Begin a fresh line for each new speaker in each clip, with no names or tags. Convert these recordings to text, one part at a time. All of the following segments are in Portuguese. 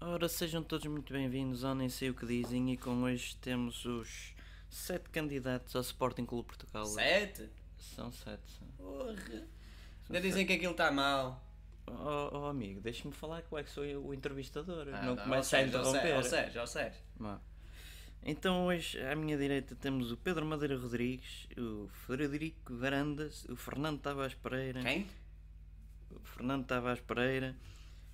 Ora, sejam todos muito bem-vindos ao Nem Sei O Que Dizem e com hoje temos os sete candidatos ao Sporting Clube Portugal.
Sete?
São sete. são.
Porra. Ainda dizem que aquilo está mal.
Oh, oh, amigo, deixa-me falar que eu é que sou eu o entrevistador, não
Ah,
começa a
ou seja, ou seja,
interromper.
Ou seja, ou seja.
Vá. Então hoje à minha direita temos o Pedro Madeira Rodrigues, o Frederico Varandas, o Fernando Tavares Pereira,
Quem?
o Fernando Tavares Pereira,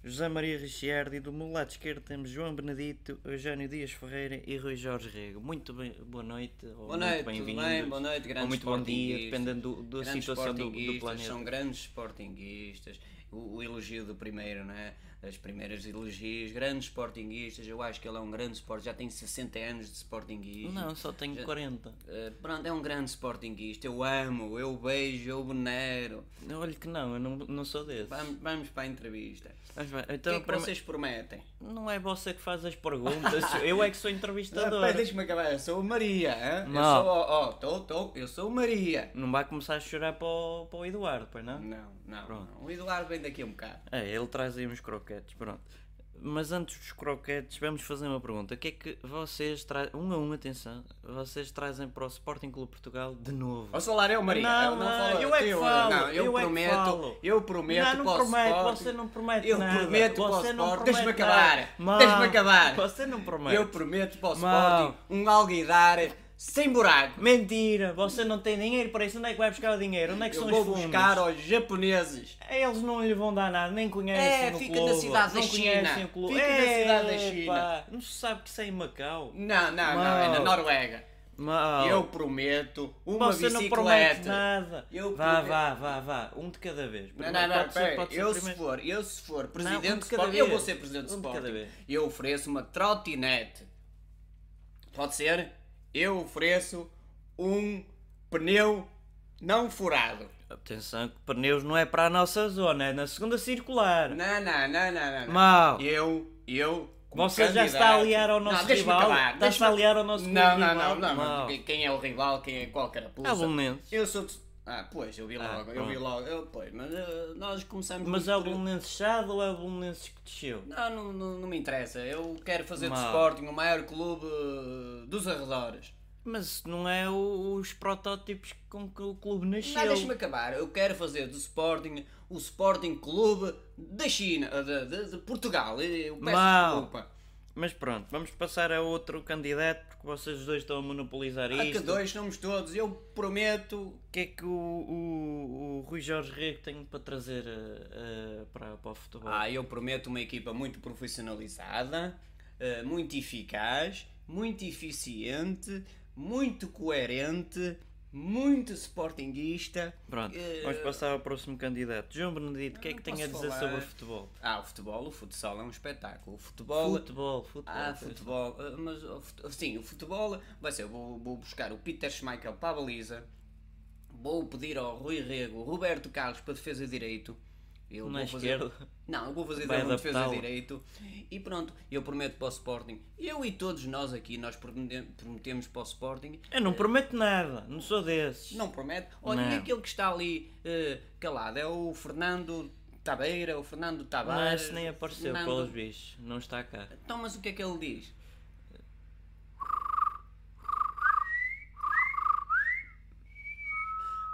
José Maria Richiardi, do meu lado esquerdo temos João Benedito, Eugênio Dias Ferreira e Rui Jorge Rego. Muito bem, boa noite, ou
Boa
muito
noite, tudo
bem-vindos,
bem? Boa noite,
ou
grandes
muito bom dia,
sportinguistas.
dependendo do- da
Grandes
situação do, do
sportinguistas,
planeta.
São grandes sportinguistas. O, o elogio do primeiro, não é? Das primeiras elogios, grandes sportinguistas. Eu acho que ele é um grande sport. Já tem 60 anos de sportinguismo.
Não, só tenho 40.
Eh, pronto, é um grande sportinguista. Eu amo, eu beijo, eu venero.
Olha que não, eu não, não sou desse.
Vamos, vamos para a entrevista.
Mas bem,
O
então,
que é que
prime-
vocês prometem?
não é você que faz as perguntas, eu é que sou entrevistador.
Rapaz, deixa-me acabar. Eu sou o Maria, hã?
Não.
Eu sou, ó, ó, tô, tô, eu sou o Maria.
Não vai começar a chorar para o, para o Eduardo, pois não?
Não, não, não. O Eduardo vem daqui um bocado.
É, ele traz aí uns croquetes, pronto. Mas antes dos croquetes, vamos fazer uma pergunta. O que é que vocês trazem, um a um, atenção, vocês trazem para o Sporting Clube Portugal de novo?
O salário é o Maria.
Não,
eu
não,
falo,
eu é que
tio,
falo,
Não, eu,
eu é que
prometo,
falo.
eu prometo
não, não
para o
promete,
Sporting.
você não promete
Eu
nada.
prometo para o
você não
Sporting. Deixa-me
promete
acabar.
nada.
Deixa-me
Mal.
acabar.
Você não promete.
Eu prometo para o
Mal.
Sporting um alguidar sem buraco.
Mentira, você não tem dinheiro para isso. Onde é que vai buscar o dinheiro? Onde é que
Eu
são
vou
os fundos?
buscar aos japoneses.
Eles não lhe vão dar nada, nem conhecem
É,
o
fica
clube.
na cidade da
não conhecem
China.
o clube.
Fica na cidade da
Epá,
China.
Não se sabe que isso é em Macau.
Não, não, não, é na
Mal.
Noruega.
Mal.
Eu prometo uma
Você não promete
bicicleta.
nada.
Eu
vá,
prometo.
vá, vá, vá. Um de cada vez.
Não,
Primeiro,
não, não,
pode ser-
peraí.
pode ser
eu se
primeiro.
for, eu se for
Não, um
presidente
de
do
cada
Sporting, eu vou
vez.
ser presidente do
Um de cada
Sporting,
vez.
eu ofereço uma trotinete. Pode ser? Eu ofereço um pneu não furado.
Atenção que pneus não é para a nossa zona, é na segunda circular.
Não, não, não, não, não. não.
Mal.
Eu, eu... como
Você já está a
candidato-
aliar ao nosso
não, deixa-me
rival?
Acabar,
Está-se
deixa-me-
a aliar ao nosso
não, não,
rival?
não, não,
Mal.
não. Quem é o rival, quem é qualquer pulsa.
Ah, Belenenses.
Eu sou... de- Ah, pois, eu vi
Ah,
logo, eu vi
pronto.
logo. Eu, pois, mas eh, nós começamos...
Mas
muito
é o
por-
Belenenses chado ou é o Belenenses que desceu?
Não, não, não, não me interessa. Eu quero fazer do
Mal.
Sporting o maior clube eh, dos arredores.
Mas não é o- os protótipos com que o clube
Não, deixa-me
nasceu.
acabar. Eu quero fazer do Sporting o Sporting Clube da China, eh, de, de- de Portugal. Eu peço
Mal.
desculpa.
Mas pronto, vamos passar a outro candidato porque vocês dois estão a monopolizar
Há Ah, que
isto.
dois somos todos. Eu prometo.
O que é que o, o, o Rui Jorge Rego tem para trazer eh, eh, para, para o futebol?
Ah, eu prometo uma equipa muito profissionalizada, eh, muito eficaz, muito eficiente, muito coerente, muito sportinguista.
Pronto,
eh,
vamos passar ao próximo candidato. João Benedito, o que é que
não
tem a
posso
dizer
falar.
sobre futebol?
Ah, o futebol, o futsal é um espetáculo. O futebol.
Futebol, futebol.
Ah,
pois.
futebol. Ah, Mas, o fut- sim, o futebol vai ser. eu Vou, vou buscar o Peter Schmeichel para a baliza. Vou pedir ao Rui Rego, o Roberto Carlos para defesa de direito. Eu
Na
vou fazer-
esquerda.
Não, eu vou fazer
Vai
dele um defesa
adaptá-lo.
de direito. E pronto, eu prometo para o Sporting. Eu e todos nós aqui, nós promete- prometemos para o Sporting.
Eu não prometo nada, não sou desses.
Eh, Não promete. Olha, e
Não.
aquele que está ali eh, calado é o Fernando Tabeira, o Fernando Tavares.
Mas nem apareceu
Fernando-
pelos bichos, não está cá.
Então, mas o que é que ele diz?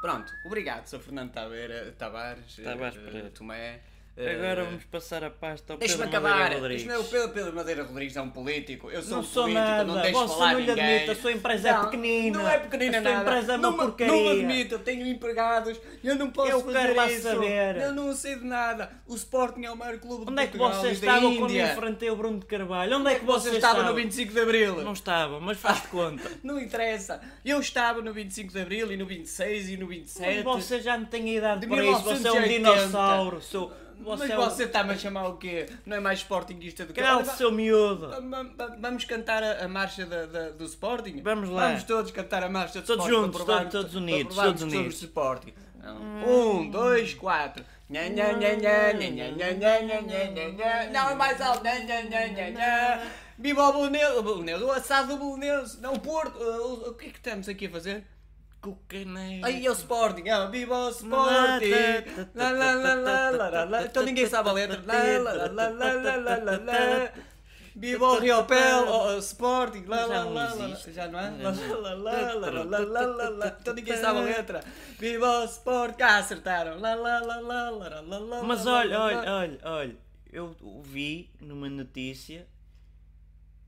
Pronto, obrigado, Sr. Fernando Tabeira, Tavares, eh,
Tavares Pereira.
Tomé. eh,
Agora vamos passar a pasta ao
Deixa-me
Pedro
acabar!
Madeira Rodrigues.
Deixa-me é o Pedro, Pedro Madeira Rodrigues é um político. Eu sou
Não
um
sou
político,
nada.
não deixo
Você
falar
não lhe
ninguém.
admite, a sua empresa é
Não,
pequenina.
Não é pequenina
A sua
nada.
empresa é uma
não, me- Não
porcaria.
admito, eu tenho empregados, eu não posso
Eu
fazer
quero lá
isso.
saber.
Eu não sei de nada. O Sporting é o maior clube de
Onde é que
Portugal
você
e da
estava quando
Índia.
enfrentei o Bruno de Carvalho? Onde é que
Você
você,
estava no 25 de Abril.
Não estava, mas faz de conta.
Não interessa. Eu estava no 25 de Abril e no 26 e no 27.
Mas você já não tem idade
É, De
para isso, você é um
1980.
dinossauro. Seu...
Mas
Você é um...
você está-me a chamar o quê? Não é mais sportinguista do que
Cala-te,
Olha,
seu miúdo.
va- va- va- Vamos cantar a, a marcha da- da- do Sporting?
Vamos lá.
Vamos todos cantar a marcha do
Todos
Sporting.
juntos,
para provarmos-
todos- todos
para
unidos,
provarmos
todos
que
unidos. Hum.
somos Sporting. Um, dois, quatro. Nha, nha, nha, nha, nha, nha, nha, nha, nha, nha, nha, nha. Não, é mais alto. Nha, nha, nha, nha, nha. Viva o Bolonense, o Bolonense, o assado do Bolonense, não o Porto. Uh, o- O que é que estamos aqui a fazer? Aí é o Sporting, ah, viva o Sporting! Lá, lá, lá, lá, lá, lá, lá. Então ninguém sabe a letra. Lá, lá, lá, lá, lá, lá, lá, lá. Viva o Rio Pel, o- o Sporting, lá,
Já
lá,
não
lá, lá,
existe.
já não é?
Não
Lá,
existe.
lá, lá, lá, lá, lá, lá, lá, lá. Então ninguém sabe a letra. Viva o Sporting, ah, acertaram. Lá, lá, lá, lá, lá, lá, lá, lá,
Mas
lá,
olha,
lá,
olha,
lá.
olha, olha, eu vi numa notícia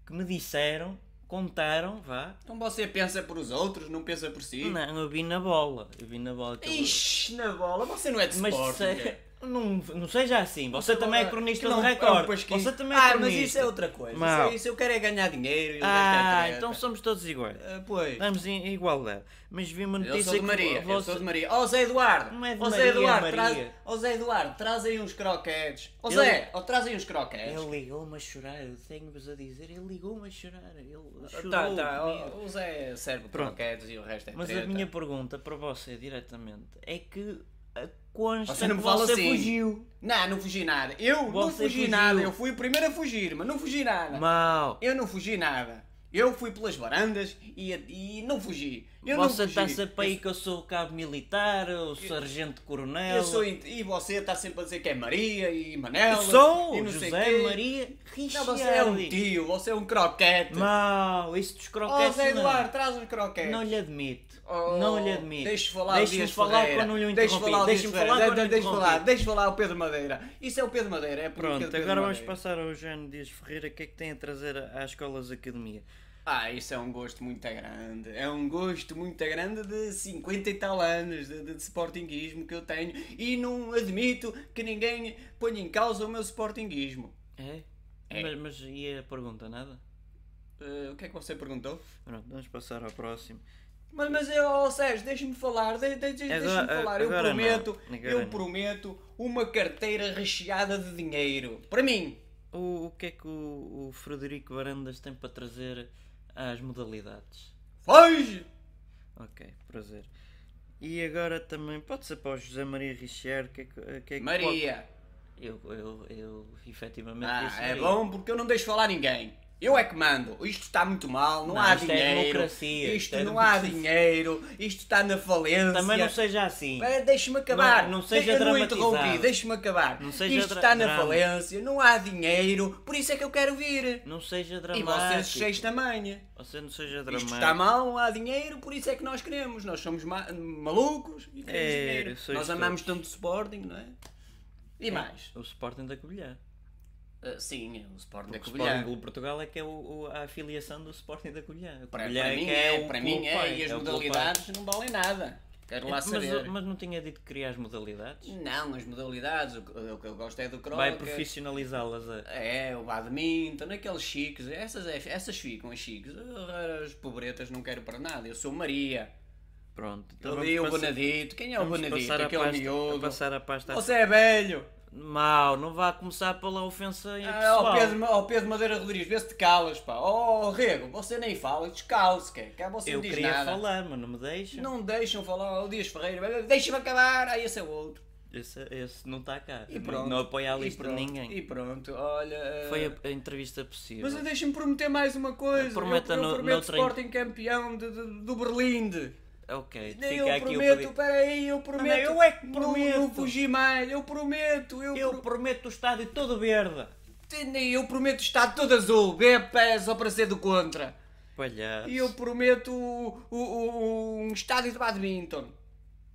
que me disseram, contaram, vá.
Então você pensa por os outros, não pensa por si?
Não, eu vi na bola. Eu vi na bola. que eu-
Ixi, na bola, você não é de
Mas
Sporting.
se-
é.
não, não seja assim. Você também é cronista
Que não-
do
é um
recorde.
pasquinho.
Você também é
Ah, mas
cronista.
isso é outra coisa.
Mau.
Isso, isso eu quero é ganhar dinheiro e o resto é
Ah,
treta.
então somos todos iguais.
Ah, Pois.
Estamos em igualdade. Mas vi uma notícia
Eu sou de
que
Maria, eu
você-
sou de Maria. Ó Zé Eduardo,
Não é de
ó Zé
Maria,
Eduardo,
Maria.
Traz, ó Zé Eduardo, traz aí uns croquetes. Ó
Ele-
Zé, ó, traz aí uns croquetes.
Ele ligou-me a chorar, eu tenho-vos a dizer, ele ligou-me a chorar, ele chorou
Tá, tá,
comigo.
ó, o Zé serve
Pronto.
croquetes e o resto é
Mas
treta.
a minha pergunta para você diretamente é que a consta
Você não
que
me fala
você
assim.
fugiu.
Não, não fugi nada. Eu não
Você
fugi
fugiu.
nada, eu fui o primeiro a fugir, mas não fugi nada.
Mau.
Eu não fugi nada. Eu fui pelas varandas e, e não fugi. Eu
Você
não fugi.
está sempre
Eu
aí que eu sou o cabo militar, o sargento coronel.
Eu sou int- e você está sempre a dizer que é Maria e
Eu
Manela.
sou
e não sei
José
quê.
Maria
Não, você é um
Richiardi.
tio, você é um croquete.
Mau, isso dos
Oh,
croquetes
Zé
não.
Eduardo, traz uns croquetes.
Não lhe admito.
Oh,
não lhe admito.
Deixa-me falar o
Deixa-me
Dias
falar
Ferreira.
quando lhe
Deixa-me falar o Dias
Deixa-me falar
Ferreira.
quando lhe
Deixa-me falar,
interrompi.
deixa-me falar o Pedro Madeira. Isso é o Pedro Madeira, é a política do
Pronto,
Pedro
agora vamos
Madeira.
passar ao Jânio Dias Ferreira. O que é que tem a trazer a- às escolas de academia?
Ah, isso é um gosto muito grande. É um gosto muito grande de 50 e tal anos de, de, de sportinguismo que eu tenho e não admito que ninguém ponha em causa o meu sportinguismo.
É?
É.
Mas, mas e a pergunta, nada?
Eh, o que é que você perguntou?
Pronto, vamos passar ao próximo.
Mas, mas eu, oh, Sérgio, deixa-me falar, de, de, de,
Agora-
deixa-me falar, eu
agora não,
prometo,
agora
eu
não.
prometo uma carteira recheada de dinheiro. Para mim,
O, o que é que o, o Frederico Varandas tem para trazer às modalidades?
foge!
Ok, prazer. E agora também pode ser para o José Maria Richard, que é que, que é que
Maria.
pode- Eu, eu, eu efetivamente disse
Ah, é
Maria.
bom porque eu não deixo falar ninguém. Eu é que mando. Isto está muito mal, não,
Não,
há
isto é
dinheiro.
democracia,
Isto
isto é
não há
democracia.
dinheiro. Isto está na falência.
Também não seja assim.
Espera, Deixa-me acabar.
Não- não seja
eu não
dramatizado.
interrompi, deixa-me acabar.
Não seja
Isto
dra-
está na
drama.
falência, não há dinheiro, por isso é que eu quero vir.
Não seja
E
dramático.
vocês cheios também.
Você não seja
Isto
dramático.
está mal, não há dinheiro, por isso é que nós queremos. Nós somos ma- malucos e queremos
É,
dinheiro.
sois É.
Nós
todos.
amamos tanto o Sporting, não é? E mais?
O Sporting da Covilhã.
Ah, sim, o Sporting da
O
Covilhã.
Sporting Clube de Portugal é que é o- o- a afiliação do Sporting da Covilhã. O
Para,
Covilhã
para mim
que
é,
o
para
clube
mim é,
pai,
e as
é o clube
modalidades não valem nada.
pai. É,
Quero lá
Mas,
saber.
mas não tinha dito que criar as modalidades?
Não, as modalidades, o, que- o que eu gosto é do croca.
Vai profissionalizá-las. a-
É, o badminton, aqueles chiques, essas, é- essas ficam, as chiques. As pobretas não quero para nada, eu sou Maria.
Pronto.
Ali o Bonadito, Então quem é o
Então vamos
Bonadito?
passar a
Aquele
pasta-
miúdo.
Passar a pasta.
Você é velho!
Mau, não vá começar pela ofensa
Ah,
pessoal.
ó, Pedro, ó, Pedro Madeira Rodrigues, vê se te calas, pá. Ó Rego, você nem fala, descalce, que cá você
Eu
não diz
queria
nada.
falar, mas não me deixa.
Não deixam falar, ó Dias Ferreira, deixa-me acabar, aí esse é o outro.
Esse, esse não está cá.
E
Não-
pronto.
Não apoia a
E
lista de
pronto,
ninguém.
E pronto, olha. eh,
Foi a, a entrevista possível.
Mas deixa-me prometer mais uma coisa.
Prometa
eu, eu
no-
prometo
noutra-
Sporting campeão de, de- do Berlim. de-
Ok,
Eu
fica aqui o
prometo,
pedido.
peraí, eu prometo.
eu é que
Não- Não,
prometo.
fugi mais, eu prometo. Eu,
Eu prometo o estádio todo verde.
pro- eu prometo estar todo azul, bem a pé, só para ser do contra.
Palhaço.
E eu prometo o- o- o- um estádio de badminton.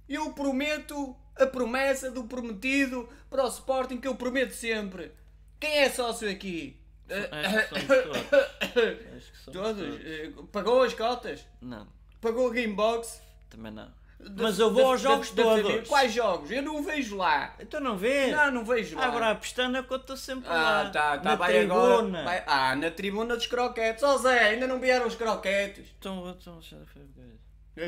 Eu prometo a promessa do prometido para o Sporting que eu prometo sempre. Quem é sócio aqui?
É,
Eh,
Acho que somos todos. Acho que somos
Todos? Eh, Pagou as cotas?
Não,
Pagou o Gamebox?
também não.
De-
Mas eu vou
de-
aos
de-
jogos
de- de-
todos.
Quais jogos? Eu não vejo lá.
Então não vês?
Não, não vejo lá.
Agora a pestana que eu estou sempre lá.
Ah, tá, tá,
na
vai
tribuna.
agora. vai- Ah, na tribuna dos croquetes. Ó Zé, ainda não vieram os croquetes. tipo,
Então, então, já foi o quê?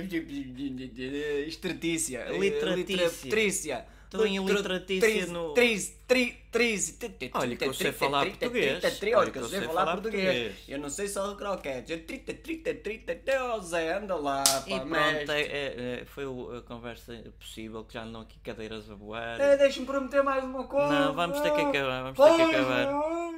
Literatícia.
Estratícia. Eh, Literatícia.
Estou em literatícia
Tris-
no-
Tris, tri, tris.
Olha que eu sei falar
Trinta,
português.
trinta, trinta, Olha que eu sei falar português.
português.
Eu não sei só de croquetes. É 30, 30, 30, até ao oh, Zé, anda lá,
E
pá,
pronto,
mestre.
é- é- é, foi o- a conversa possível, que já andam aqui cadeiras a voar.
É, Deixa-me Eh, prometer mais uma coisa.
Não, vamos ter que acabar, vamos ter que
Pois,
acabar.
não.